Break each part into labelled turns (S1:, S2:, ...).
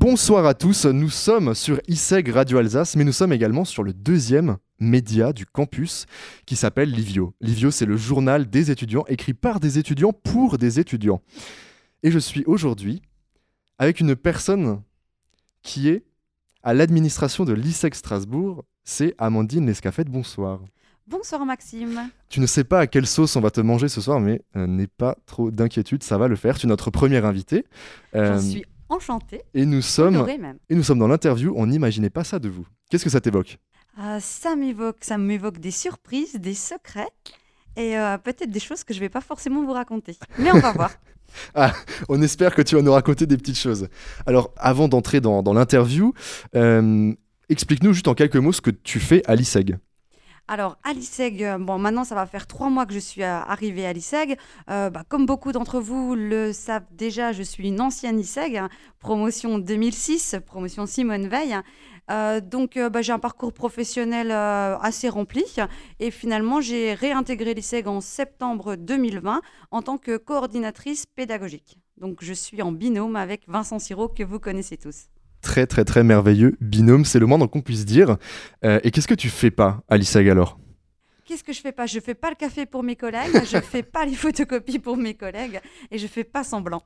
S1: Bonsoir à tous, nous sommes sur ISEG Radio Alsace, mais nous sommes également sur le deuxième média du campus qui s'appelle Livio. Livio, c'est le journal des étudiants, écrit par des étudiants pour des étudiants. Et je suis aujourd'hui avec une personne qui est à l'administration de l'ISEG Strasbourg, c'est Amandine Lescafette. Bonsoir.
S2: Bonsoir Maxime.
S1: Tu ne sais pas à quelle sauce on va te manger ce soir, mais euh, n'aie pas trop d'inquiétude, ça va le faire. Tu es notre première invitée. Euh, oh,
S2: J'en suis enchantée.
S1: et nous sommes
S2: Honorée même.
S1: et nous sommes dans l'interview. On n'imaginait pas ça de vous. Qu'est-ce que ça t'évoque
S2: Euh, ça m'évoque, ça m'évoque des surprises, des secrets et euh, peut-être des choses que je vais pas forcément vous raconter. Mais on va voir.
S1: On espère que tu vas nous raconter des petites choses. Alors, avant d'entrer dans, dans l'interview, euh, explique-nous juste en quelques mots ce que tu fais à l'ISEG.
S2: Alors, à l'ISEG, euh, bon, maintenant, ça va faire trois mois que je suis euh, arrivée à l'ISEG. Euh, bah, comme beaucoup d'entre vous le savent déjà, je suis une ancienne ISEG, hein, promotion 2006, promotion Simone Veil. Euh, donc, euh, bah, j'ai un parcours professionnel euh, assez rempli. Et finalement, j'ai réintégré l'ISEG en septembre 2020 en tant que coordinatrice pédagogique. Donc, je suis en binôme avec Vincent Siro, que vous connaissez tous.
S1: Très, très, très merveilleux binôme, c'est le moindre qu'on puisse dire. Euh, et qu'est-ce que tu fais pas à l'ISEG alors
S2: Qu'est-ce que je fais pas Je fais pas le café pour mes collègues, je fais pas les photocopies pour mes collègues et je fais pas semblant.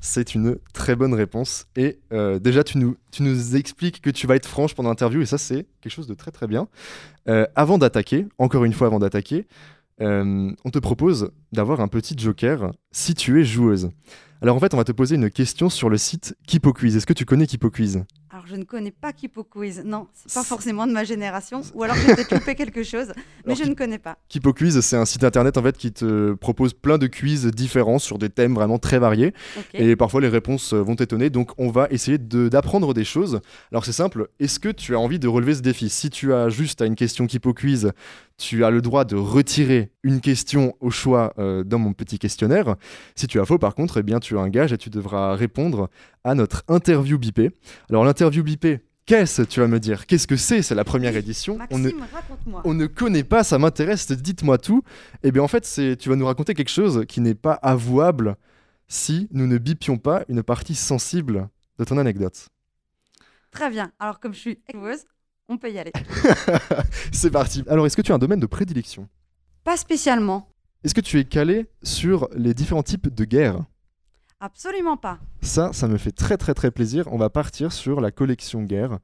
S1: C'est une très bonne réponse. Et euh, déjà, tu nous, tu nous expliques que tu vas être franche pendant l'interview, et ça, c'est quelque chose de très très bien. Euh, avant d'attaquer, encore une fois avant d'attaquer, euh, on te propose d'avoir un petit joker si tu es joueuse. Alors en fait, on va te poser une question sur le site Kipo Quiz. Est-ce que tu connais Kipo Quiz
S2: Alors je ne connais pas Kipo Quiz, non, c'est pas
S1: C'est-
S2: forcément de ma génération, ou alors j'ai peut-être loupé quelque chose, mais
S1: Alors,
S2: je ne connais pas.
S1: Kipo Quiz, c'est un site internet en fait qui te propose plein de quiz différents sur des thèmes vraiment très variés.
S2: Ok.
S1: Et parfois, les réponses euh, vont t'étonner. Donc, on va essayer de- d'apprendre des choses. Alors, c'est simple. Est-ce que tu as envie de relever ce défi Si tu as juste à une question qui quiz, tu as le droit de retirer une question au choix euh, dans mon petit questionnaire. Si tu as faux, par contre, eh bien, tu as un gage et tu devras répondre à notre interview bipée. Alors, l'interview bipée, qu'est-ce Tu vas me dire. Qu'est-ce que c'est C'est la première édition. On
S2: Maxime,
S1: ne-
S2: raconte-moi.
S1: on ne connaît pas, ça m'intéresse, dites-moi tout. Et bien en fait, c'est tu vas nous raconter quelque chose qui n'est pas avouable si nous ne bipions pas une partie sensible de ton anecdote.
S2: Très bien, alors comme je suis joueuse, on peut y aller.
S1: C'est parti. Alors, est-ce que tu as un domaine de prédilection
S2: Pas spécialement,
S1: Est-ce que tu es calé sur les différents types de guerres
S2: absolument pas.
S1: Ça, ça me fait très très très plaisir. On va partir sur la collection guerre.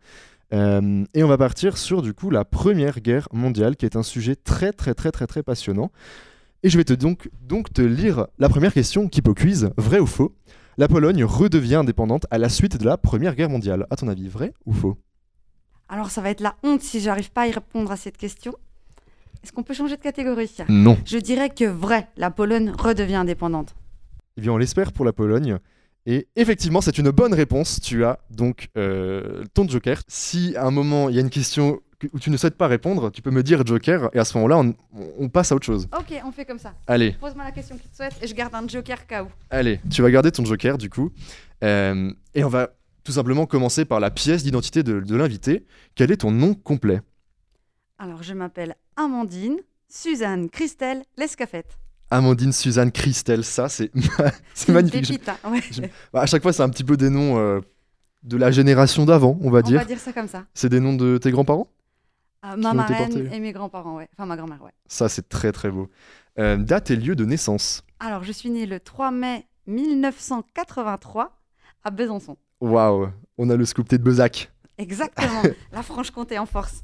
S1: Euh, et on va partir sur du coup la Première Guerre mondiale, qui est un sujet très très très très très passionnant. Et je vais te donc, donc te lire la première question qui peut quiz, vrai ou faux La Pologne redevient indépendante à la suite de la Première Guerre mondiale. À ton avis, vrai ou faux
S2: Alors ça va être la honte si j'arrive pas à y répondre à cette question. Est-ce qu'on peut changer de catégorie
S1: Non.
S2: Je dirais que vrai, la Pologne redevient indépendante.
S1: Eh bien, on l'espère pour la Pologne. Et effectivement, c'est une bonne réponse. Tu as donc euh, ton joker. Si à un moment il y a une question que- où tu ne souhaites pas répondre, tu peux me dire joker et à ce moment-là, on, on passe à autre chose.
S2: Ok, on fait comme ça.
S1: Allez,
S2: Pose-moi la question que tu souhaites et je garde un joker cas où.
S1: allez, tu vas garder ton joker du coup. Euh, et on va tout simplement commencer par la pièce d'identité de, de l'invité. Quel est ton nom complet
S2: Alors, je m'appelle Amandine, Suzanne, Christelle, Lescafette.
S1: Amandine Suzanne Christelle, ça c'est c'est magnifique.
S2: Pépite, hein, ouais.
S1: j'aime- Bah, à chaque fois, c'est un petit peu des noms euh, de la génération d'avant, on va
S2: On
S1: dire.
S2: va dire ça comme ça.
S1: C'est des noms de tes grands-parents
S2: Euh, ma
S1: ont été
S2: marraine
S1: portés.
S2: et mes grands-parents, ouais. Enfin, ma grand-mère, ouais.
S1: Ça, c'est très très beau. Euh, date et lieu de naissance.
S2: Alors, je suis née le 3 mai 1983 à Besançon.
S1: Waouh, on a le scoop t'es de Bezac.
S2: Exactement. la Franche-Comté en force.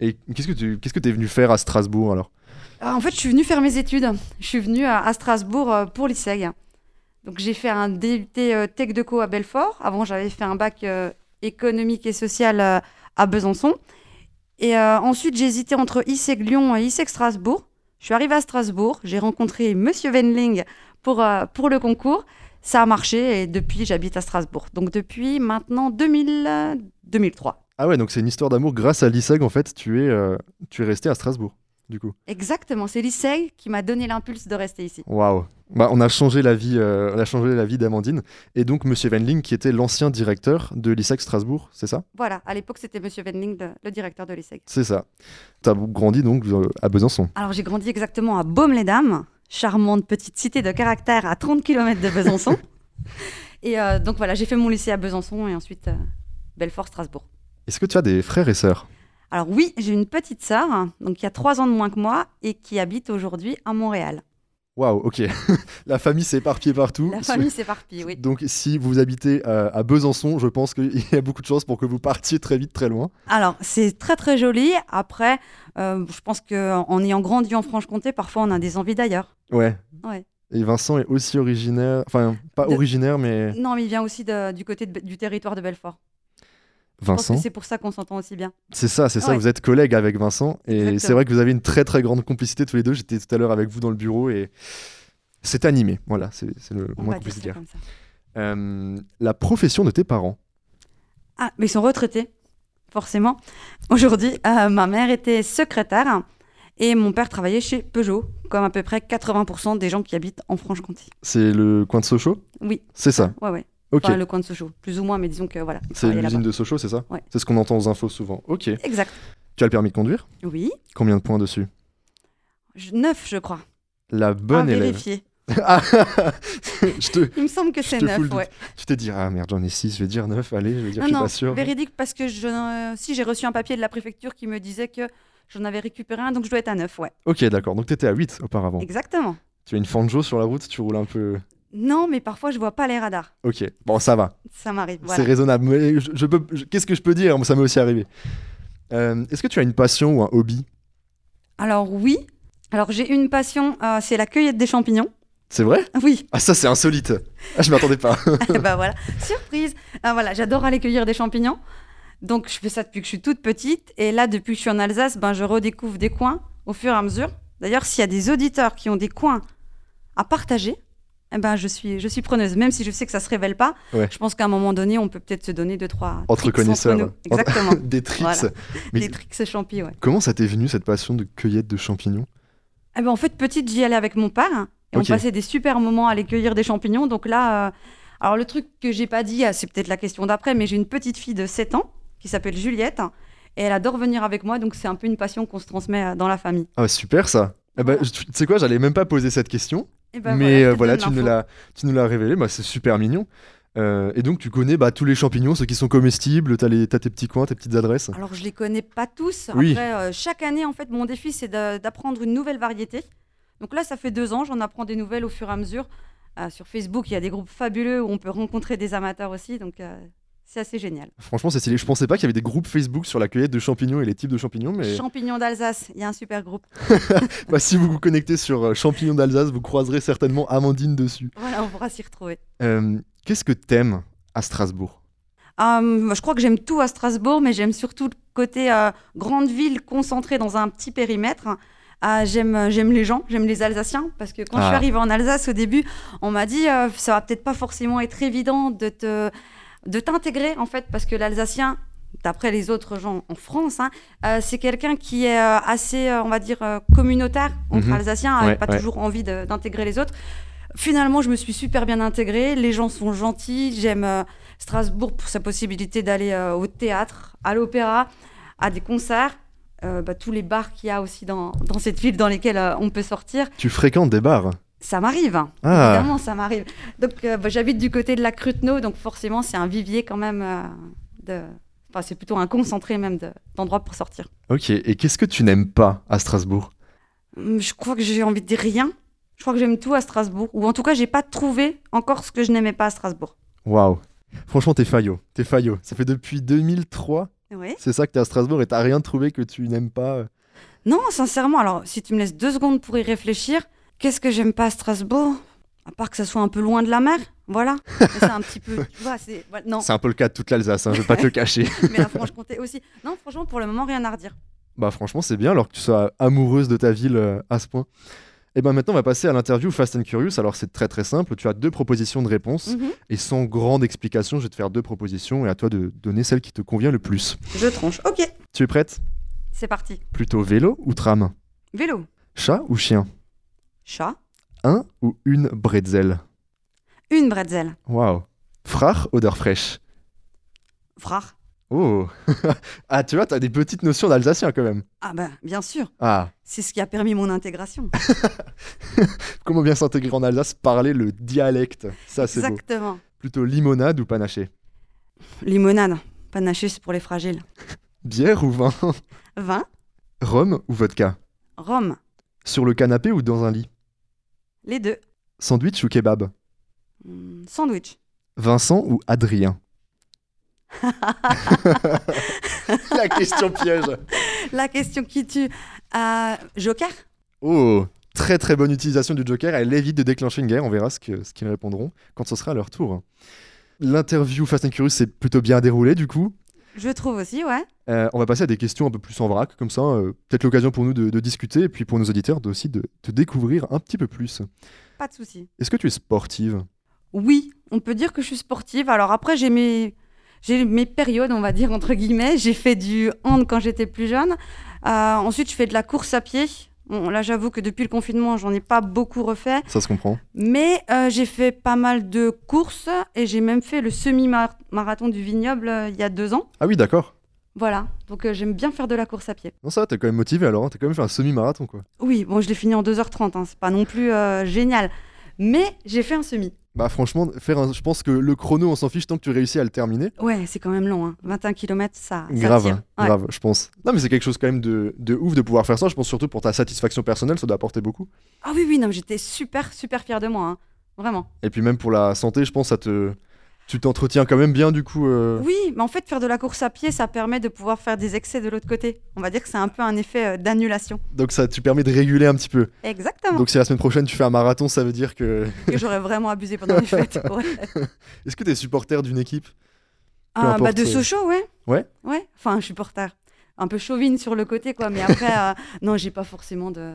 S1: Et qu'est-ce que tu qu'est-ce que t'es venu faire à Strasbourg alors
S2: Euh, en fait, je suis venue faire mes études. Je suis venue à, à Strasbourg euh, pour l'ISEG. Donc, j'ai fait un DUT euh, Tech de Co à Belfort. Avant, j'avais fait un bac euh, économique et social euh, à Besançon. Et euh, ensuite, j'hésitais entre ISEG Lyon et ISEG Strasbourg. Je suis arrivée à Strasbourg. J'ai rencontré Monsieur Wendling pour, euh, pour le concours. Ça a marché et depuis, j'habite à Strasbourg. Donc, depuis maintenant 2000, euh, 2003.
S1: Ah ouais, donc c'est une histoire d'amour grâce à l'ISEG en fait, tu es euh, tu es resté à Strasbourg du coup.
S2: Exactement. C'est l'ISEG qui m'a donné l'impulse de rester ici.
S1: Waouh. Bah, on a changé la vie euh, on a changé la vie d'Amandine et donc monsieur Venling qui était l'ancien directeur de l'ISEG Strasbourg, c'est ça
S2: Voilà, à l'époque, c'était Monsieur Wendling, le, le directeur de l'ISEG.
S1: C'est ça. T'as grandi donc euh, à Besançon.
S2: Alors, j'ai grandi exactement à Baume-les-Dames, charmante petite cité de caractère à 30 km de Besançon. Et euh, donc voilà, j'ai fait mon lycée à Besançon et ensuite euh, Belfort, Strasbourg.
S1: Est-ce que tu as des frères et sœurs
S2: Alors oui, j'ai une petite sœur, donc qui a trois ans de moins que moi et qui habite aujourd'hui à Montréal.
S1: Waouh, ok. la famille s'est éparpillée partout.
S2: La famille s'éparpille, oui.
S1: Donc, si vous habitez euh, à Besançon, je pense qu'il y a beaucoup de chances pour que vous partiez très vite, très loin.
S2: Alors, c'est très très joli. Après, euh, je pense qu'en ayant grandi en Franche-Comté, parfois on a des envies d'ailleurs.
S1: Ouais.
S2: Ouais.
S1: Et Vincent est aussi originaire, enfin, pas
S2: De-
S1: originaire, mais.
S2: Non, mais il vient aussi de- du côté de- du territoire de Belfort. Je pense que
S1: Vincent.
S2: c'est pour ça qu'on s'entend aussi bien.
S1: C'est ça, c'est ça.
S2: Ouais.
S1: Vous êtes collègue avec Vincent. Et
S2: Exactement.
S1: c'est vrai que vous avez une très, très grande complicité tous les deux. J'étais tout à l'heure avec vous dans le bureau et. C'est animé, voilà, c'est c'est le
S2: On
S1: moins
S2: va
S1: qu'on puisse
S2: ça
S1: dire.
S2: comme ça.
S1: Euh, la profession de tes parents.
S2: Ah, mais ils sont retraités, forcément. Aujourd'hui, euh, ma mère était secrétaire et mon père travaillait chez Peugeot, comme à peu près 80% des gens qui habitent en Franche-Comté.
S1: C'est le coin de Sochaux
S2: Oui,
S1: C'est ça,
S2: ouais, ouais.
S1: ok.
S2: Enfin, le coin de Sochaux, plus ou moins, mais disons que voilà. il
S1: c'est
S2: travaillait
S1: l'usine
S2: là-bas.
S1: de Sochaux, c'est ça
S2: Ouais.
S1: C'est ce qu'on entend aux infos souvent. Ok.
S2: Exact.
S1: Tu as le permis de conduire
S2: Oui,
S1: Combien de points dessus
S2: je- neuf, je crois.
S1: La bonne
S2: à
S1: élève.
S2: vérifier.
S1: Ah, je te,
S2: Il me semble que
S1: Je
S2: c'est
S1: te fous le
S2: neuf,
S1: doute.
S2: ouais.
S1: tu t'es dit ah merde j'en ai 6, je vais dire 9, allez, je vais dire
S2: Non,
S1: je suis
S2: non,
S1: pas sûr. hein.
S2: véridique parce que je, euh, si j'ai reçu un papier de la préfecture qui me disait que j'en avais récupéré un, donc je dois être à neuf, ouais.
S1: Ok d'accord, donc t'étais à 8 auparavant.
S2: Exactement.
S1: Tu as une Fanjo sur la route, tu roules un peu.
S2: Non, mais parfois je vois pas les radars.
S1: Ok, bon ça va,
S2: Ça m'arrive.
S1: c'est
S2: Voilà.
S1: raisonnable. Mais je, je peux, je- qu'est-ce que je peux dire Ça m'est aussi arrivé. Euh, Est-ce que tu as une passion ou un hobby
S2: Alors oui. Alors j'ai une passion, euh, c'est la cueillette des champignons.
S1: C'est vrai
S2: Oui,
S1: Ah ça c'est insolite. Ah je m'attendais pas.
S2: eh ben voilà, surprise. Ah, voilà, j'adore aller cueillir des champignons. Donc je fais ça depuis que je suis toute petite. Et là, depuis que je suis en Alsace, ben, je redécouvre des coins au fur et à mesure. D'ailleurs, s'il y a des auditeurs qui ont des coins à partager, eh ben, je, suis, je suis preneuse, même si je sais que ça se révèle pas.
S1: Ouais.
S2: Je pense qu'à un moment donné, on peut peut-être se donner deux, trois...
S1: Entre
S2: tricks
S1: connaisseurs.
S2: nous. Exactement.
S1: Des tricks.
S2: Voilà.
S1: Mais
S2: Des tricks champi, ouais.
S1: comment ça t'est venu cette passion de cueillette de champignons
S2: Eh ben, en fait, petite, j'y allais avec mon père. hein, et
S1: Ok.
S2: on passait des super moments à aller cueillir des champignons. Donc là, euh, alors le truc que j'ai pas dit, ah, c'est peut-être la question d'après, mais j'ai une petite fille de 7 ans qui s'appelle Juliette. hein, et elle adore venir avec moi. Donc c'est un peu une passion qu'on se transmet euh, dans la famille.
S1: Ah super ça. Eh ben,
S2: Voilà.
S1: je- tu sais quoi, j'allais même pas poser cette question.
S2: Eh ben,
S1: Mais
S2: je
S1: euh,
S2: te
S1: voilà,
S2: donne
S1: tu nous,
S2: l'info.
S1: l'as, tu nous l'as révélé, bah, c'est super mignon. Euh, et donc tu connais bah, tous les champignons, ceux qui sont comestibles, t'as, les, t'as tes petits coins, tes petites adresses.
S2: Alors je les connais pas tous.
S1: Oui.
S2: Après, euh, chaque année, en fait, mon défi, c'est d'a- d'apprendre une nouvelle variété. Donc là, ça fait deux ans, j'en apprends des nouvelles au fur et à mesure. Euh, sur Facebook, il y a des groupes fabuleux où on peut rencontrer des amateurs aussi. Donc euh, c'est assez génial.
S1: Franchement, c'est stylé. Je pensais pas qu'il y avait des groupes Facebook sur la cueillette de champignons et les types de champignons, mais
S2: Champignons d'Alsace, il y a un super groupe.
S1: bah, si vous vous connectez sur euh, Champignons d'Alsace, vous croiserez certainement Amandine dessus.
S2: Voilà, on pourra s'y retrouver.
S1: Euh, qu'est-ce que t'aimes à Strasbourg
S2: Euh, je crois que j'aime tout à Strasbourg, mais j'aime surtout le côté euh, grande ville concentrée dans un petit périmètre. Ah, j'aime, j'aime les gens, j'aime les Alsaciens, parce que quand je
S1: Ah.
S2: suis arrivée en Alsace au début, on m'a dit euh, ça va peut-être pas forcément être évident de, te, de t'intégrer, en fait, parce que l'Alsacien, d'après les autres gens en France, hein, euh, c'est quelqu'un qui est euh, assez, euh, on va dire, euh, communautaire entre
S1: Mhm.
S2: Alsaciens, avec
S1: Ouais,
S2: Ah, pas
S1: ouais.
S2: toujours envie de- d'intégrer les autres. Finalement, je me suis super bien intégrée, les gens sont gentils, j'aime euh, Strasbourg pour sa possibilité d'aller euh, au théâtre, à l'opéra, à des concerts, euh, bah, tous les bars qu'il y a aussi dans, dans cette ville dans lesquels euh, on peut sortir.
S1: Tu fréquentes des bars
S2: Ça m'arrive, hein.
S1: Ah.
S2: évidemment, ça m'arrive. Donc euh, bah, j'habite du côté de la Cruteneau, donc forcément c'est un vivier quand même euh, de... Enfin, c'est plutôt un concentré même de- d'endroits pour sortir.
S1: Ok, et qu'est-ce que tu n'aimes pas à Strasbourg
S2: Hum, Je crois que j'ai envie de dire rien. Je crois que j'aime tout à Strasbourg. Ou en tout cas, j'ai pas trouvé encore ce que je n'aimais pas à Strasbourg.
S1: Waouh Franchement, t'es faillot, t'es faillot. Ça fait depuis 2003,
S2: Oui.
S1: c'est ça que t'es à Strasbourg et t'as rien trouvé que tu n'aimes pas. euh,
S2: Non, sincèrement, alors si tu me laisses deux secondes pour y réfléchir, qu'est-ce que j'aime pas à Strasbourg À part que ça soit un peu loin de la mer, voilà. Mais c'est un petit peu. Tu vois, c'est. voilà, non,
S1: C'est un peu le cas de toute l'Alsace, hein, je vais pas te le cacher.
S2: mais la Franche-Comté aussi. Non, franchement, pour le moment, rien à redire.
S1: Bah franchement, c'est bien alors que tu sois amoureuse de ta ville euh, à ce point. Et ben maintenant, on va passer à l'interview Fast and Curious. Alors c'est très très simple, tu as deux propositions de réponse
S2: Mhm.
S1: et sans grande explication, je vais te faire deux propositions et à toi de donner celle qui te convient le plus.
S2: Je tranche. Ok,
S1: Tu es prête
S2: c'est parti.
S1: Plutôt vélo ou tram
S2: Vélo,
S1: Chat ou chien
S2: chat,
S1: Un ou une bretzel
S2: une bretzel,
S1: Waouh Frère, odeur fraîche
S2: frère.
S1: Oh Ah tu vois, t'as des petites notions d'alsacien quand même.
S2: Ah ben, bien sûr,
S1: Ah
S2: c'est ce qui a permis mon intégration.
S1: Comment bien s'intégrer en Alsace Parler le dialecte. Ça c'est beau.
S2: Exactement.
S1: Plutôt limonade ou panaché
S2: Limonade, panaché, c'est pour les fragiles.
S1: Bière ou vin
S2: Vin,
S1: Rhum ou vodka
S2: rhum,
S1: Sur le canapé ou dans un lit
S2: les deux.
S1: Sandwich ou kebab
S2: Hmm, Sandwich.
S1: Vincent ou Adrien La question piège
S2: La question qui tue. Euh, Joker
S1: Oh Très très bonne utilisation du Joker, elle évite de déclencher une guerre, on verra ce que- ce qu'ils répondront quand ce sera à leur tour. L'interview Fast and Curious s'est plutôt bien déroulée du coup.
S2: Je trouve aussi, ouais.
S1: Euh, on va passer à des questions un peu plus en vrac, comme ça, euh, peut-être l'occasion pour nous de, de discuter et puis pour nos auditeurs de- aussi de te découvrir un petit peu plus.
S2: Pas de souci.
S1: Est-ce que tu es sportive
S2: Oui, on peut dire que je suis sportive. Alors après, j'ai mes, j'ai mes périodes, on va dire, entre guillemets. J'ai fait du hand quand j'étais plus jeune. Euh, ensuite, je fais de la course à pied. Bon, là, j'avoue que depuis le confinement, j'en ai pas beaucoup refait.
S1: Ça se comprend.
S2: Mais euh, j'ai fait pas mal de courses et j'ai même fait le semi-marathon du vignoble euh, il y a deux ans.
S1: Ah oui, d'accord.
S2: Voilà, donc euh, j'aime bien faire de la course à pied.
S1: Non, ça, va, t'es quand même motivé alors, hein, t'as quand même fait un semi-marathon quoi.
S2: Oui, bon, je l'ai fini en 2h30, hein, c'est pas non plus euh, génial. Mais j'ai fait un semi.
S1: Bah franchement, faire un- je pense que le chrono, on s'en fiche tant que tu réussis à le terminer.
S2: Ouais, c'est quand même long, hein. 21 km, ça. ça
S1: grave,
S2: tire. Ouais.
S1: grave, je pense. Non, mais c'est quelque chose quand même de, de ouf de pouvoir faire ça. Je pense surtout pour ta satisfaction personnelle, ça doit apporter beaucoup.
S2: Ah oui, oui, non, mais j'étais super, super fière de moi, hein. vraiment.
S1: Et puis même pour la santé, je pense ça te, tu t'entretiens quand même bien du coup. euh,
S2: Oui, mais en fait, faire de la course à pied, ça permet de pouvoir faire des excès de l'autre côté. On va dire que c'est un peu un effet euh, d'annulation.
S1: Donc ça, tu permet de réguler un petit peu.
S2: Exactement.
S1: Donc si la semaine prochaine tu fais un marathon, ça veut dire que.
S2: Que j'aurais vraiment abusé pendant les fêtes. ouais.
S1: Est-ce que t'es supporter d'une équipe
S2: Ah, bah
S1: importe,
S2: de
S1: euh,
S2: Sochaux, ouais.
S1: ouais.
S2: Ouais. Enfin, je suis porteur. Un peu chauvine sur le côté, quoi. Mais après, euh, non, j'ai pas forcément de.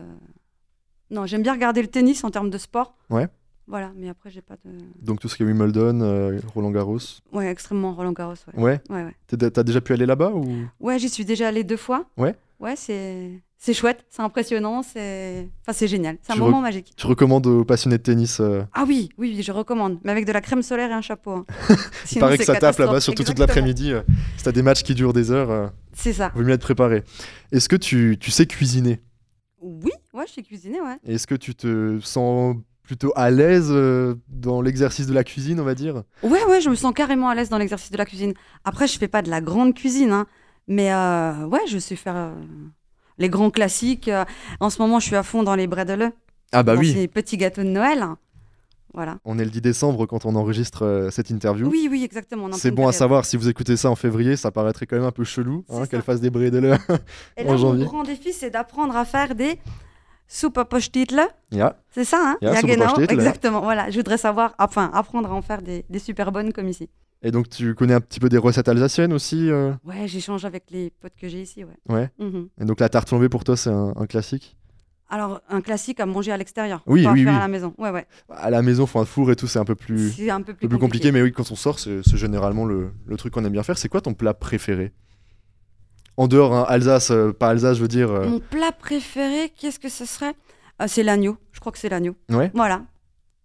S2: Non, j'aime bien regarder le tennis en termes de sport.
S1: Ouais.
S2: Voilà, mais après, j'ai pas de.
S1: Donc tout ce qui est Wimbledon, euh, Roland Garros.
S2: Ouais, extrêmement Roland Garros, ouais.
S1: Ouais.
S2: Ouais, ouais.
S1: T'es- T'as déjà pu aller là-bas ou
S2: Ouais, j'y suis déjà allée deux fois.
S1: Ouais.
S2: Ouais, c'est. C'est chouette, c'est impressionnant, c'est. Enfin, c'est génial. C'est un
S1: Tu
S2: moment magique.
S1: tu recommandes aux passionnés de tennis euh,
S2: Ah oui, oui, oui, je recommande. Mais avec de la crème solaire et un chapeau. hein.
S1: Il
S2: Sinon,
S1: paraît
S2: c'est
S1: que ça tape là-bas,
S2: catastrophe.
S1: surtout toute
S2: Exactement.
S1: l'après-midi. euh, si t'as des matchs qui durent des heures, euh,
S2: C'est ça.
S1: vaut mieux être préparé. Est-ce que tu, tu sais cuisiner
S2: Oui, ouais, je sais cuisiner, ouais.
S1: Est-ce que tu te sens plutôt à l'aise euh, dans l'exercice de la cuisine, on va dire
S2: Ouais, ouais, je me sens carrément à l'aise dans l'exercice de la cuisine. Après, je fais pas de la grande cuisine, hein, mais euh, ouais, je sais faire euh, les grands classiques. euh. en ce moment, je suis à fond dans les bredele,
S1: Ah bah
S2: dans
S1: oui,
S2: ces petits gâteaux de Noël. Voilà.
S1: on est le 10 décembre quand on enregistre euh, cette interview.
S2: Oui, oui, exactement. on est en
S1: C'est
S2: pleine
S1: bon à
S2: période.
S1: savoir, si vous écoutez ça en février, ça paraîtrait quand même un peu chelou
S2: C'est
S1: hein,
S2: ça.
S1: qu'elle fasse des bredele.
S2: Et
S1: en
S2: là,
S1: janvier.
S2: mon grand défi, c'est d'apprendre à faire des soupes à pochetitle.
S1: Ja.
S2: C'est ça, hein
S1: Ja,
S2: Ja,
S1: soupe à
S2: genau,
S1: pochetitle, ja.
S2: Exactement. Voilà, je voudrais savoir, enfin, apprendre à en faire des, des super bonnes comme ici.
S1: Et donc tu connais un petit peu des recettes alsaciennes aussi euh,
S2: Ouais, j'échange avec les potes que j'ai ici, ouais.
S1: Ouais.
S2: Mhm.
S1: Et donc la tarte flambée pour toi c'est un, un classique
S2: Alors, un classique à manger à l'extérieur.
S1: Oui,
S2: pas à
S1: oui,
S2: faire
S1: oui.
S2: à la maison. Ouais, ouais.
S1: À la maison, faut un four et tout, c'est un peu plus,
S2: C'est un peu
S1: un peu
S2: plus,
S1: plus compliqué, mais oui, quand on sort, c'est c'est généralement le, le truc qu'on aime bien faire. C'est quoi ton plat préféré En dehors, hein, Alsace, euh, pas Alsace, je veux dire. euh,
S2: Mon plat préféré, qu'est-ce que ce serait Ah, C'est l'agneau. Je crois que c'est l'agneau.
S1: Mm. Ouais.
S2: Voilà.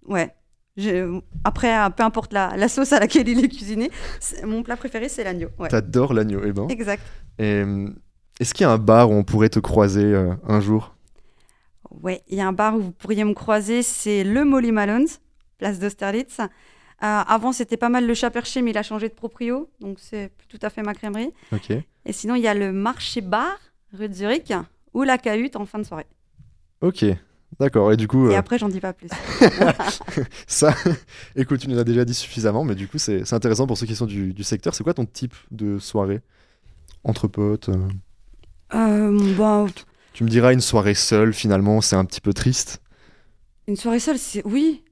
S2: Ouais. Je- Après, euh, peu importe la, la sauce à laquelle il est cuisiné, c'est- mon plat préféré, c'est l'agneau. Ouais.
S1: T'adores l'agneau, eh ben.
S2: Exact.
S1: Et, hum, Est-ce qu'il y a un bar où on pourrait te croiser euh, un jour
S2: Ouais, il y a un bar où vous pourriez me croiser, c'est le Molly Malones, place d'Austerlitz. Euh, avant, c'était pas mal le chat perché, mais il a changé de proprio, donc c'est plus tout à fait ma crèmerie.
S1: Ok.
S2: Et sinon, il y a le marché bar, rue de Zurich, ou la cahute en fin de soirée.
S1: Ok, d'accord. Et du coup,
S2: Et
S1: euh,
S2: après, j'en dis pas plus.
S1: ça, écoute, tu nous as déjà dit suffisamment, mais du coup, c'est c'est intéressant pour ceux qui sont du, du secteur. C'est quoi ton type de soirée Entre potes euh,
S2: Euh, bah,
S1: Tu me diras une soirée seule, finalement, c'est un petit peu triste.
S2: Une soirée seule, c'est oui.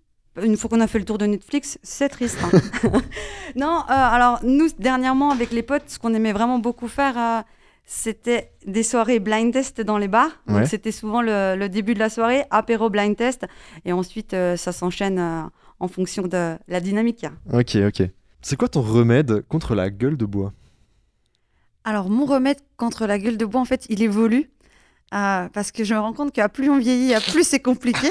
S2: Une fois qu'on a fait le tour de Netflix, c'est triste. hein. non, euh, alors nous dernièrement avec les potes, ce qu'on aimait vraiment beaucoup faire, euh, c'était des soirées blind test dans les bars. Donc,
S1: Ouais.
S2: C'était souvent le, le début de la soirée, apéro blind test, et ensuite euh, ça s'enchaîne euh, en fonction de la dynamique. qu'il y a.
S1: Ok, ok. C'est quoi ton remède contre la gueule de bois
S2: Alors, mon remède contre la gueule de bois, en fait, il évolue. euh, parce que je me rends compte qu'à plus on vieillit, à plus c'est compliqué.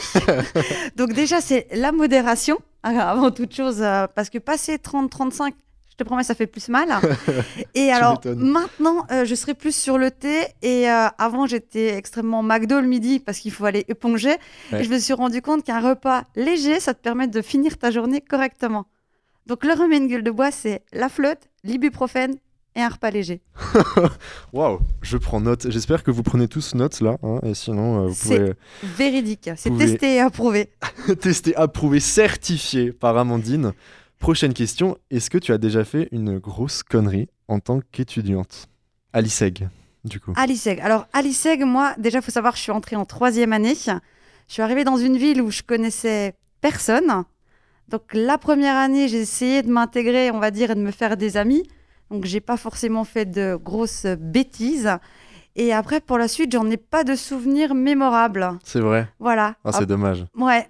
S2: Donc déjà, c'est la modération, euh, avant toute chose, euh, parce que passer 30-35, je te promets, ça fait plus mal. Et alors
S1: m'étonnes.
S2: maintenant, euh, je serai plus sur le thé. Et euh, avant, j'étais extrêmement McDo le midi, parce qu'il faut aller éponger.
S1: Ouais.
S2: Et je me suis rendu compte qu'un repas léger, ça te permet de finir ta journée correctement. Donc le remède une gueule de bois, c'est la flotte, l'ibuprofène et un repas léger.
S1: Waouh, je prends note. J'espère que vous prenez tous note là. hein, et sinon, euh, vous
S2: C'est-
S1: pouvez
S2: Véridique, c'est
S1: Pouvez-
S2: testé et approuvé.
S1: euh, tester, approuver, certifié par Amandine. Prochaine question. Est-ce que tu as déjà fait une grosse connerie en tant qu'étudiante À l'ISEG, du coup.
S2: À l'ISEG. Alors, à l'ISEG, moi, déjà, faut savoir, je suis entrée en troisième année. Je suis arrivée dans une ville où je connaissais personne. Donc, la première année, j'ai essayé de m'intégrer, on va dire, et de me faire des amis. Donc, j'ai pas forcément fait de grosses bêtises. Et après, pour la suite, j'en ai pas de souvenirs mémorables.
S1: C'est vrai.
S2: Voilà.
S1: Ah, c'est dommage.
S2: Ouais.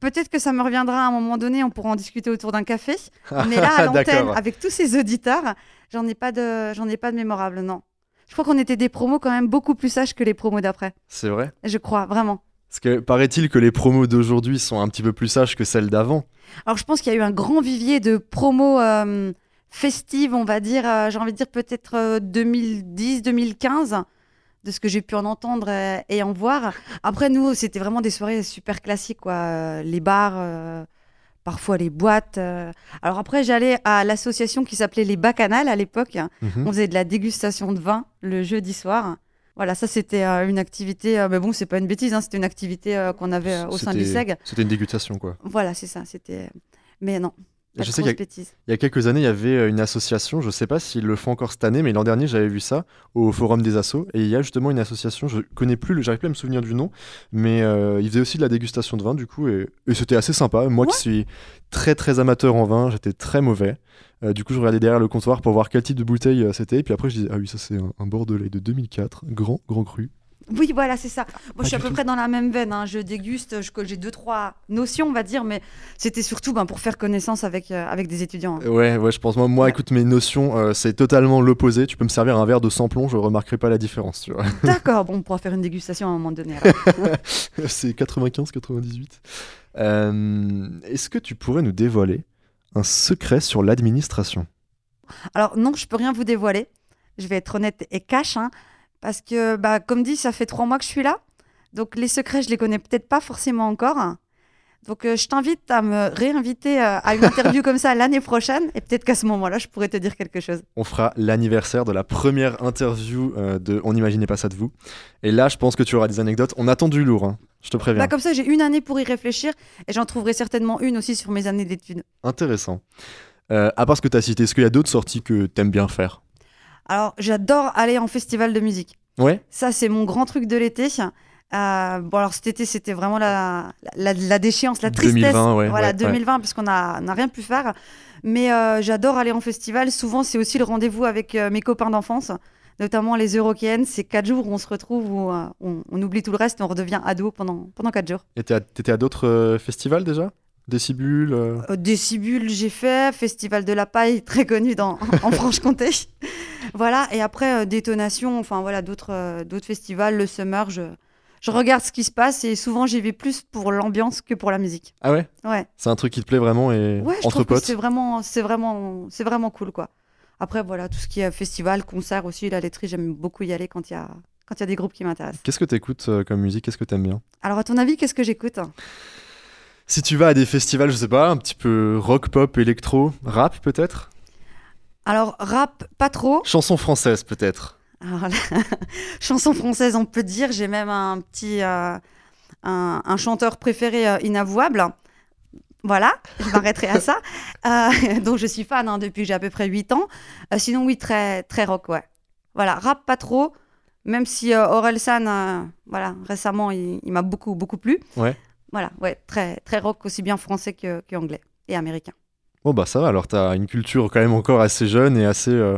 S2: Peut-être que ça me reviendra à un moment donné, on pourra en discuter autour d'un café. Mais là, à l'antenne,
S1: D'accord.
S2: avec tous ces auditeurs, j'en ai pas de, j'en ai pas de mémorable, non. Je crois qu'on était des promos quand même beaucoup plus sages que les promos d'après.
S1: C'est vrai.
S2: Je crois, vraiment.
S1: Parce que paraît-il que les promos d'aujourd'hui sont un petit peu plus sages que celles d'avant.
S2: Alors, je pense qu'il y a eu un grand vivier de promos euh, festives, on va dire, euh, j'ai envie de dire peut-être euh, 2010-2015, de ce que j'ai pu en entendre euh, et en voir. Après, nous, c'était vraiment des soirées super classiques, quoi. Euh, Les bars, euh, parfois les boîtes. euh. Alors, après, j'allais à l'association qui s'appelait les Bacchanales à l'époque.
S1: Mhm.
S2: On faisait de la dégustation de vin le jeudi soir. Voilà, ça c'était euh, une activité, euh, mais bon, c'est pas une bêtise, hein, c'était une activité euh, qu'on avait euh, au sein du
S1: C'était-
S2: SEG.
S1: C'était une dégustation, quoi.
S2: Voilà, c'est ça, c'était. Mais non,
S1: Et
S2: pas
S1: je
S2: de
S1: sais qu'il y
S2: grosses
S1: a-
S2: bêtises.
S1: Il y a quelques années, il y avait euh, une association, je ne sais pas s'ils le font encore cette année, mais l'an dernier, j'avais vu ça au Forum des Assos. Et il y a justement une association, je connais plus, le- j'arrive plus à me souvenir du nom, mais euh, ils faisaient aussi de la dégustation de vin, du coup, et, et c'était assez sympa. Moi qui suis très très amateur en vin, j'étais très mauvais. Euh, du coup, je regardais derrière le comptoir pour voir quel type de bouteille euh, c'était. Et puis après, je disais, ah oui, ça c'est un, un Bordelais de 2004, grand, grand cru.
S2: Oui, voilà, c'est ça. Moi, je suis à
S1: du
S2: peu
S1: tout.
S2: près dans la même veine. hein. Je déguste, je co- j'ai deux, trois notions, on va dire, mais c'était surtout ben, pour faire connaissance avec, euh, avec des étudiants. hein.
S1: Ouais, ouais, je pense. Moi, moi
S2: Ouais.
S1: écoute, mes notions, euh, c'est totalement l'opposé. Tu peux me servir un verre de sans plomb, je remarquerai pas la différence, tu vois.
S2: D'accord, bon, on pourra faire une dégustation à un moment donné. alors.
S1: c'est 95-98. Euh, Est-ce que tu pourrais nous dévoiler un secret sur l'administration
S2: Alors non, je peux rien vous dévoiler. Je vais être honnête et cash, hein, parce que bah, comme dit, ça fait trois mois que je suis là. Donc les secrets, je les connais peut-être pas forcément encore. Donc euh, je t'invite à me réinviter euh, à une interview comme ça l'année prochaine, et peut-être qu'à ce moment-là, je pourrais te dire quelque chose.
S1: On fera l'anniversaire de la première interview euh, de On n'imaginait pas ça de vous. Et là, je pense que tu auras des anecdotes. On attend du lourd, hein. je te préviens.
S2: Bah, comme ça, j'ai une année pour y réfléchir, et j'en trouverai certainement une aussi sur mes années d'études.
S1: Intéressant. Euh, à part ce que tu as cité, est-ce qu'il y a d'autres sorties que t'aimes bien faire
S2: Alors j'adore aller en festival de musique.
S1: Ouais,
S2: Ça, c'est mon grand truc de l'été. Euh, bon, alors cet été, c'était vraiment la, la, la déchéance, la tristesse.
S1: 2020, ouais,
S2: voilà,
S1: ouais,
S2: 2020, puisqu'on n'a on a rien pu faire. Mais euh, j'adore aller en festival. Souvent, c'est aussi le rendez-vous avec euh, mes copains d'enfance, notamment les Eurokéennes. C'est quatre jours où on se retrouve, où euh, on, on oublie tout le reste et on redevient ado pendant, pendant quatre jours.
S1: Et t'es à- t'étais à d'autres euh, festivals déjà Décibule euh,
S2: Euh, Décibule, j'ai fait. Festival de la paille, très connu dans, en Franche-Comté. voilà. Et après, euh, Détonation, enfin voilà, d'autres euh, d'autres festivals, le Summer, je, je regarde ce qui se passe et souvent j'y vais plus pour l'ambiance que pour la musique.
S1: Ah ouais
S2: Ouais.
S1: C'est un truc qui te plaît vraiment et
S2: Ouais, je
S1: entre
S2: trouve que
S1: potes
S2: c'est vraiment, c'est vraiment, c'est vraiment cool, quoi. Après, voilà, tout ce qui est festival, concert aussi, la laiterie, j'aime beaucoup y aller quand il y a, quand il y a des groupes qui m'intéressent.
S1: Qu'est-ce que t'écoutes euh, comme musique Qu'est-ce que t'aimes bien
S2: Alors, à ton avis, qu'est-ce que j'écoute
S1: Si tu vas à des festivals, je sais pas, un petit peu rock, pop, électro, rap peut-être
S2: Alors, rap, pas trop.
S1: Chanson française peut-être
S2: Alors Ah, là, chanson française, on peut dire. J'ai même un petit euh, un, un chanteur préféré euh, inavouable. Voilà, je m'arrêterai à ça. Euh, dont je suis fan hein, depuis que j'ai à peu près 8 ans. Euh, sinon, oui, très, très rock, ouais. Voilà, rap pas trop. Même si euh, Orelsan, euh, voilà, récemment, il, il m'a beaucoup, beaucoup plu.
S1: Ouais.
S2: Voilà, ouais, très, très rock, aussi bien français que, que anglais et américain.
S1: Bon bah ça va, alors t'as une culture quand même encore assez jeune et assez... euh,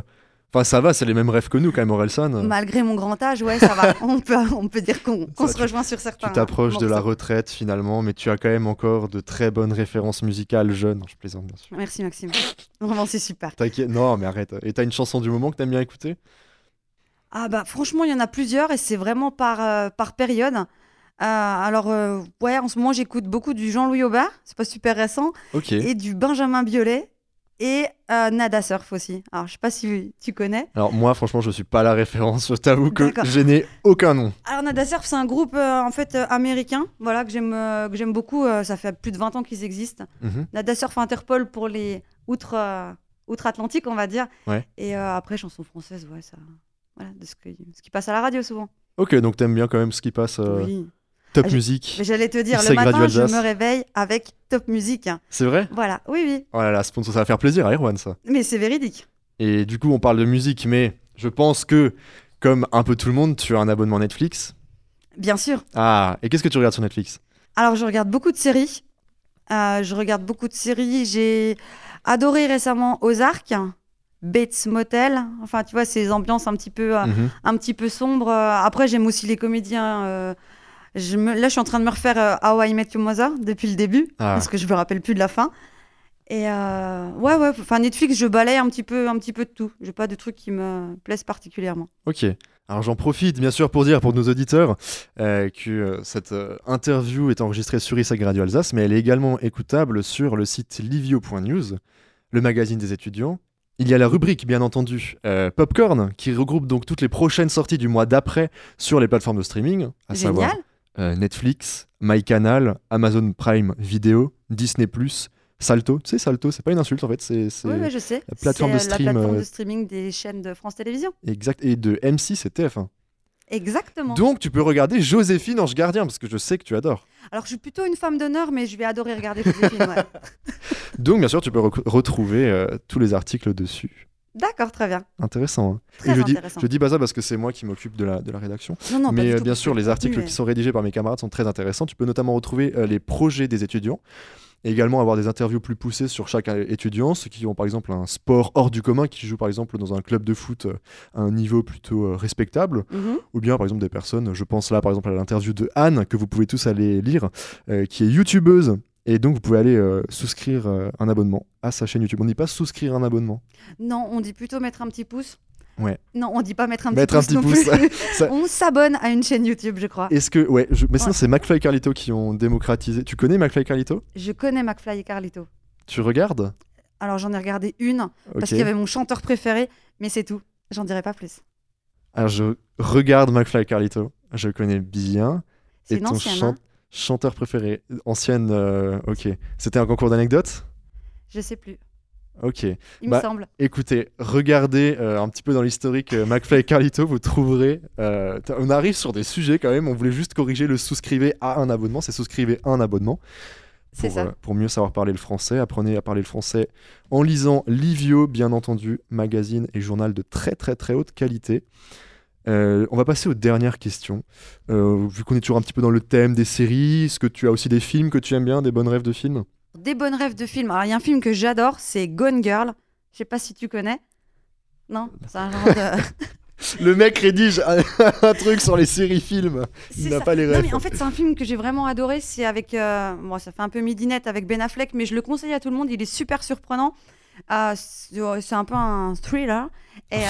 S1: Enfin ça va, c'est les mêmes rêves que nous quand même Orelsan.
S2: Malgré mon grand âge, ouais, ça va. on, peut, on peut dire qu'on qu'on
S1: va,
S2: se rejoint sur certains.
S1: Tu t'approches de la
S2: morceaux.
S1: retraite finalement, mais tu as quand même encore de très bonnes références musicales jeunes. Non, je plaisante bien sûr.
S2: Merci Maxime. Vraiment, c'est super.
S1: T'inquiète, non mais arrête. Et t'as une chanson du moment que t'aimes bien écouter
S2: Ah bah franchement, il y en a plusieurs et c'est vraiment par, euh, par période. Euh, alors euh, ouais, en ce moment j'écoute beaucoup du Jean-Louis Aubert, c'est pas super récent,
S1: Ok.
S2: et du Benjamin Biolay et euh, Nada Surf aussi. Alors je sais pas si tu connais.
S1: Alors moi, franchement, je suis pas la référence. Je t'avoue que
S2: D'accord.
S1: je n'ai aucun nom.
S2: Alors Nada Surf, c'est un groupe euh, en fait euh, américain,
S1: Mhm.
S2: voilà que j'aime euh, que j'aime beaucoup. euh, ça fait plus de 20 ans qu'ils existent. Nada Surf Interpol pour les outre, euh, outre-Atlantique, on va dire.
S1: Ouais.
S2: Et euh, après, chansons françaises, ouais, ça. Voilà, de ce, que- ce qui passe à la radio souvent.
S1: Ok, donc t'aimes bien quand même ce qui passe. euh,
S2: Oui.
S1: Top
S2: Ah, j'ai-
S1: musique.
S2: Mais j'allais te dire,
S1: Sec
S2: le
S1: Radio
S2: matin, je
S1: Alsace.
S2: me réveille avec top musique. hein.
S1: C'est vrai
S2: Voilà, oui, oui.
S1: Oh là là, sponsor, ça va faire plaisir à Erwan ça.
S2: Mais c'est véridique.
S1: Et du coup, on parle de musique, mais je pense que, comme un peu tout le monde, tu as un abonnement Netflix.
S2: Bien sûr.
S1: Ah, et qu'est-ce que tu regardes sur Netflix
S2: Alors, je regarde beaucoup de séries. Euh, je regarde beaucoup de séries. J'ai adoré récemment Ozark, Bates Motel. Enfin, tu vois, ces ambiances un petit peu, euh,
S1: Mhm.
S2: un petit peu sombres. Euh, Après, j'aime aussi les comédiens. euh, je me- Là, je suis en train de me refaire euh, How I Met Your Mother depuis le début,
S1: Ah.
S2: parce que je me rappelle plus de la fin. Et euh, ouais, ouais. Enfin, Netflix, je balaye un petit peu, un petit peu de tout. J'ai pas de trucs qui me plaisent particulièrement.
S1: Ok. Alors j'en profite bien sûr pour dire pour nos auditeurs euh, que euh, cette euh, interview est enregistrée sur Isaac Radio Alsace, mais elle est également écoutable sur le site livio.news, le magazine des étudiants. Il y a la rubrique, bien entendu, euh, Popcorn, qui regroupe donc toutes les prochaines sorties du mois d'après sur les plateformes de streaming, à savoir
S2: Génial.
S1: euh, Netflix, MyCanal, Amazon Prime Video, Disney+, Salto. Tu sais, Salto, c'est pas une insulte en fait, c'est... c'est-
S2: Oui, ouais, je sais.
S1: la plateforme
S2: C'est,
S1: de
S2: euh,
S1: stream,
S2: La plateforme
S1: euh,
S2: de streaming des chaînes de France Télévisions.
S1: Exact. Et de M6 et TF1.
S2: Exactement.
S1: Donc tu peux regarder Joséphine Ange Gardien, parce que je sais que tu adores.
S2: Alors, je suis plutôt une femme d'honneur, mais je vais adorer regarder Joséphine. ouais.
S1: Donc bien sûr, tu peux rec- retrouver euh, tous les articles dessus.
S2: D'accord, très bien.
S1: Intéressant. hein.
S2: Très
S1: Et je dis,
S2: intéressant.
S1: je dis pas ça parce que c'est moi qui m'occupe de la, de la rédaction.
S2: Non, non, pas du
S1: mais euh,
S2: tout,
S1: bien
S2: parce
S1: sûr,
S2: que
S1: les
S2: le
S1: articles
S2: contenu
S1: qui
S2: est-
S1: sont rédigés par mes camarades sont très intéressants. Tu peux notamment retrouver euh, les projets des étudiants et également avoir des interviews plus poussées sur chaque euh, étudiant, ceux qui ont par exemple un sport hors du commun, qui jouent par exemple dans un club de foot euh, à un niveau plutôt euh, respectable.
S2: Mhm.
S1: ou bien par exemple des personnes, je pense là par exemple à l'interview de Anne que vous pouvez tous aller lire, euh, qui est youtubeuse. Et donc vous pouvez aller euh, souscrire euh, un abonnement à sa chaîne YouTube. On dit pas souscrire un abonnement.
S2: Non, on dit plutôt mettre un petit pouce.
S1: Ouais.
S2: Non, on dit pas mettre un petit
S1: Mettre un
S2: pouce.
S1: petit
S2: non
S1: pouce.
S2: plus.
S1: Ça-
S2: on s'abonne à une chaîne YouTube, je crois.
S1: Est-ce que ouais, je- mais sinon
S2: Ah. Ouais.
S1: c'est McFly et Carlito qui ont démocratisé. Tu connais McFly et Carlito
S2: Je connais McFly et Carlito.
S1: Tu regardes
S2: Alors, j'en ai regardé une
S1: Ok.
S2: parce qu'il y avait mon chanteur préféré, mais c'est tout. J'en dirai pas plus.
S1: Alors Ah, je regarde McFly et Carlito. Je connais bien.
S2: C'est
S1: et
S2: une
S1: ton
S2: ancienne.
S1: chan-
S2: hein.
S1: chanteur préféré ancienne. euh, ok. C'était un concours d'anecdotes.
S2: Je sais plus.
S1: Ok.
S2: Il
S1: Bah,
S2: me semble.
S1: Écoutez, regardez euh, un petit peu dans l'historique euh, McFly et Carlito, vous trouverez. euh, t- on arrive sur des sujets quand même, on voulait juste corriger le souscrivez à un abonnement, c'est souscrivez à un abonnement.
S2: C'est
S1: pour,
S2: ça.
S1: euh, pour mieux savoir parler le français, apprenez à parler le français en lisant Livio, bien entendu, magazine et journal de très très très haute qualité. Euh, on va passer aux dernières questions. Euh, vu qu'on est toujours un petit peu dans le thème des séries, est-ce que tu as aussi des films que tu aimes bien, des bonnes rêves de films
S2: Des bonnes rêves de films. Alors, il y a un film que j'adore, c'est Gone Girl. Je sais pas si tu connais. Non, c'est un genre de.
S1: Le mec rédige un, un truc sur les séries-films. Il
S2: C'est
S1: n'a
S2: ça.
S1: pas les hein.
S2: Non,
S1: refs.
S2: mais en fait, c'est un film que j'ai vraiment adoré. C'est avec. euh, bon, ça fait un peu midinette avec Ben Affleck, mais je le conseille à tout le monde. Il est super surprenant. Euh, c'est c'est un peu un thriller. Et, euh,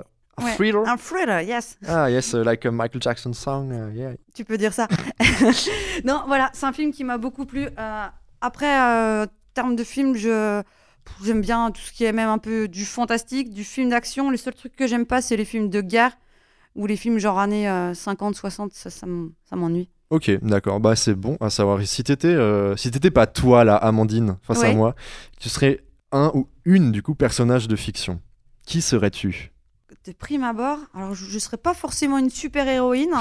S1: Un- un
S2: ouais.
S1: thriller
S2: un thriller, yes.
S1: Ah, yes, uh, like a Michael Jackson song. uh, yeah.
S2: Tu peux dire ça. non, voilà, c'est un film qui m'a beaucoup plu. Euh, après, euh, terme de film, je. pff, J'aime bien tout ce qui est même un peu du fantastique, du film d'action. Le seul truc que j'aime pas, c'est les films de guerre ou les films genre années euh, 50, 60. Ça, ça m- ça m'ennuie.
S1: Ok, d'accord. Bah, c'est bon à savoir. Et Si t'étais, euh, si t'étais pas toi, là, Amandine, face à
S2: Ouais.
S1: moi, tu serais un ou une, du coup, personnage de fiction. Qui serais-tu
S2: de prime abord, alors je ne serais pas forcément une super-héroïne.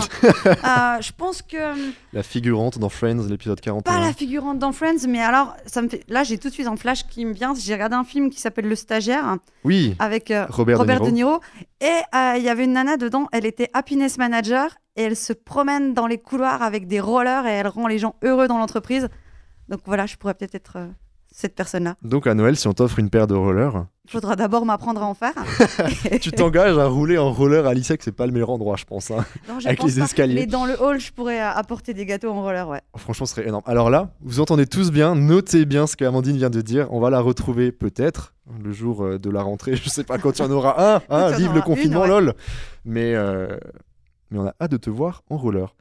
S2: Euh, je pense que hum,
S1: La figurante dans Friends, l'épisode
S2: pas
S1: 41.
S2: la figurante dans Friends, mais alors ça me fait. Là, j'ai tout de suite un flash qui me vient. J'ai regardé un film qui s'appelle Le Stagiaire
S1: Oui,
S2: avec euh,
S1: Robert,
S2: Robert
S1: De
S2: De
S1: Niro.
S2: Niro. Et euh, il y avait une nana dedans. Elle était happiness manager et elle se promène dans les couloirs avec des rollers et elle rend les gens heureux dans l'entreprise. Donc voilà, je pourrais peut-être être euh, cette personne-là.
S1: Donc, à Noël, si on t'offre une paire de rollers,
S2: Il faudra d'abord m'apprendre à en faire.
S1: tu t'engages à rouler en roller à l'ISEC, c'est pas le meilleur endroit, je pense. hein,
S2: Non, je
S1: avec
S2: pense
S1: les
S2: pas.
S1: escaliers.
S2: Mais dans le hall, je pourrais euh, apporter des gâteaux en roller, ouais.
S1: Oh, Franchement, ce serait énorme. Alors là, vous entendez tous bien, notez bien ce qu'Amandine vient de dire. On va la retrouver peut-être le jour euh, de la rentrée. Je sais pas quand il y en aura un. hein,
S2: Quand il y en
S1: vive le
S2: aura une,
S1: confinement,
S2: ouais.
S1: lol. Mais, euh, mais on a hâte de te voir en roller.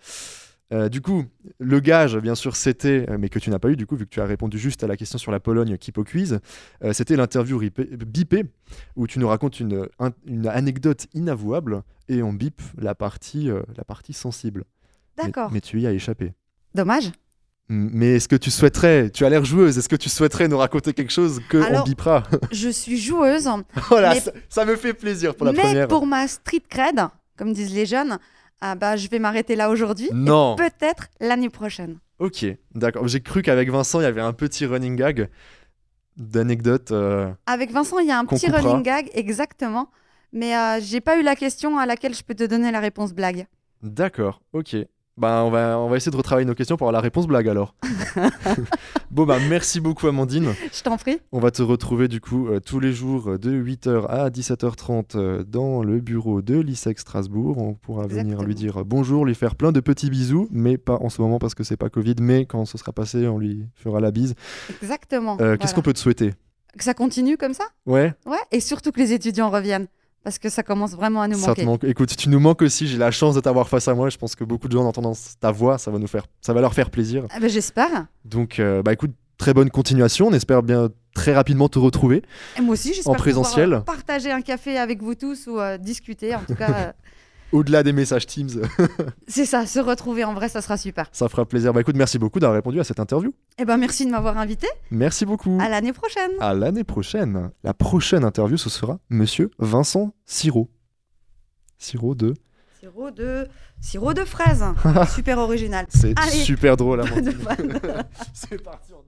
S1: Euh, du coup, le gage, bien sûr, c'était, euh, mais que tu n'as pas eu, du coup, vu que tu as répondu juste à la question sur la Pologne qui quiz, euh, c'était l'interview ripé- bipée, où tu nous racontes une, un- une anecdote inavouable et on bip la partie, euh, la partie sensible. Mais-
S2: D'accord.
S1: mais tu y as échappé.
S2: Dommage.
S1: Mais est-ce que tu souhaiterais, tu as l'air joueuse, est-ce que tu souhaiterais nous raconter quelque chose que
S2: Alors,
S1: on bipera
S2: Je suis joueuse,
S1: Voilà,
S2: mais-
S1: ça, ça me fait plaisir pour la
S2: mais
S1: première.
S2: pour ma street cred, comme disent les jeunes, ah bah, je vais m'arrêter là aujourd'hui.
S1: Non.
S2: Peut-être l'année prochaine.
S1: Ok, d'accord. J'ai cru qu'avec Vincent, il y avait un petit running gag d'anecdotes. euh,
S2: Avec Vincent, il y a un
S1: Qu'on
S2: petit
S1: coupera.
S2: running gag, exactement. Mais euh, j'ai pas eu la question à laquelle je peux te donner la réponse blague.
S1: D'accord, ok. Bah, on, va, on va essayer de retravailler nos questions pour avoir la réponse blague alors. bon, bah, merci beaucoup, Amandine.
S2: Je t'en prie.
S1: On va te retrouver du coup euh, tous les jours euh, de 8h à 17h30 euh, dans le bureau de l'ISEC Strasbourg. On pourra venir
S2: Exactement.
S1: lui dire euh, bonjour, lui faire plein de petits bisous, mais pas en ce moment parce que c'est pas Covid, mais quand ce sera passé, on lui fera la bise.
S2: Exactement.
S1: Euh, Qu'est-ce qu'on
S2: voilà.
S1: peut te souhaiter
S2: Que ça continue comme ça
S1: Ouais,
S2: Ouais. Et surtout que les étudiants reviennent. Parce que ça commence vraiment à nous
S1: ça te
S2: manquer.
S1: manque. Écoute, tu nous manques aussi, j'ai la chance de t'avoir face à moi. Je pense que beaucoup de gens en entendant ta voix, ça va, nous faire... ça va leur faire plaisir.
S2: Ah bah, J'espère.
S1: Donc, euh, bah écoute, très bonne continuation. On espère bien très rapidement te retrouver.
S2: Et moi aussi, j'espère
S1: En présentiel.
S2: pouvoir, euh, partager un café avec vous tous ou euh, discuter. En tout cas, euh,
S1: Au-delà des messages Teams,
S2: c'est ça, se retrouver en vrai, ça sera super.
S1: ça fera plaisir. Bah écoute, merci beaucoup d'avoir répondu à cette interview.
S2: Eh ben, merci de m'avoir invité.
S1: Merci beaucoup.
S2: À l'année prochaine.
S1: À l'année prochaine. La prochaine interview, ce sera Monsieur Vincent Siro. Siro de.
S2: Sirop de sirop de fraise, super original.
S1: C'est
S2: Allez.
S1: super drôle.
S2: Pas
S1: Amandine.
S2: de vanne.
S1: C'est parti. on y va.